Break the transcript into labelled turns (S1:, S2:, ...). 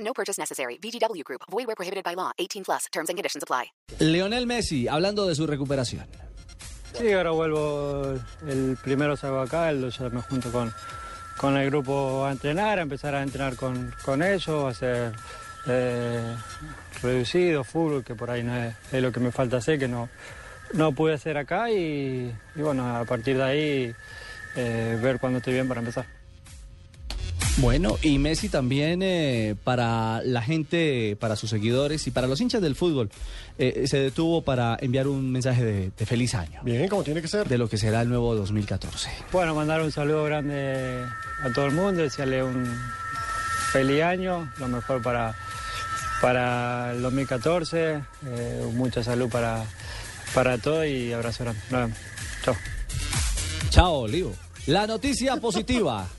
S1: No purchase necessary. VGW Group. Void where prohibited by law. 18 plus. Terms and conditions apply.
S2: Lionel Messi, hablando de su recuperación.
S3: Sí, ahora vuelvo, el primero salgo acá, el ya me junto con, con el grupo a entrenar, a empezar a entrenar con, con ellos, a hacer eh, reducido, fútbol, que por ahí no es, es lo que me falta hacer, que no, no pude hacer acá y, y bueno, a partir de ahí eh, ver cuándo estoy bien para empezar.
S2: Bueno, y Messi también eh, para la gente, para sus seguidores y para los hinchas del fútbol, eh, se detuvo para enviar un mensaje de, de feliz año,
S4: Bien, como tiene que ser.
S2: de lo que será el nuevo 2014.
S3: Bueno, mandar un saludo grande a todo el mundo, desearle un feliz año, lo mejor para, para el 2014, eh, mucha salud para, para todos y abrazo grande. Nos vemos. Chao.
S2: Chao, Olivo. La noticia positiva.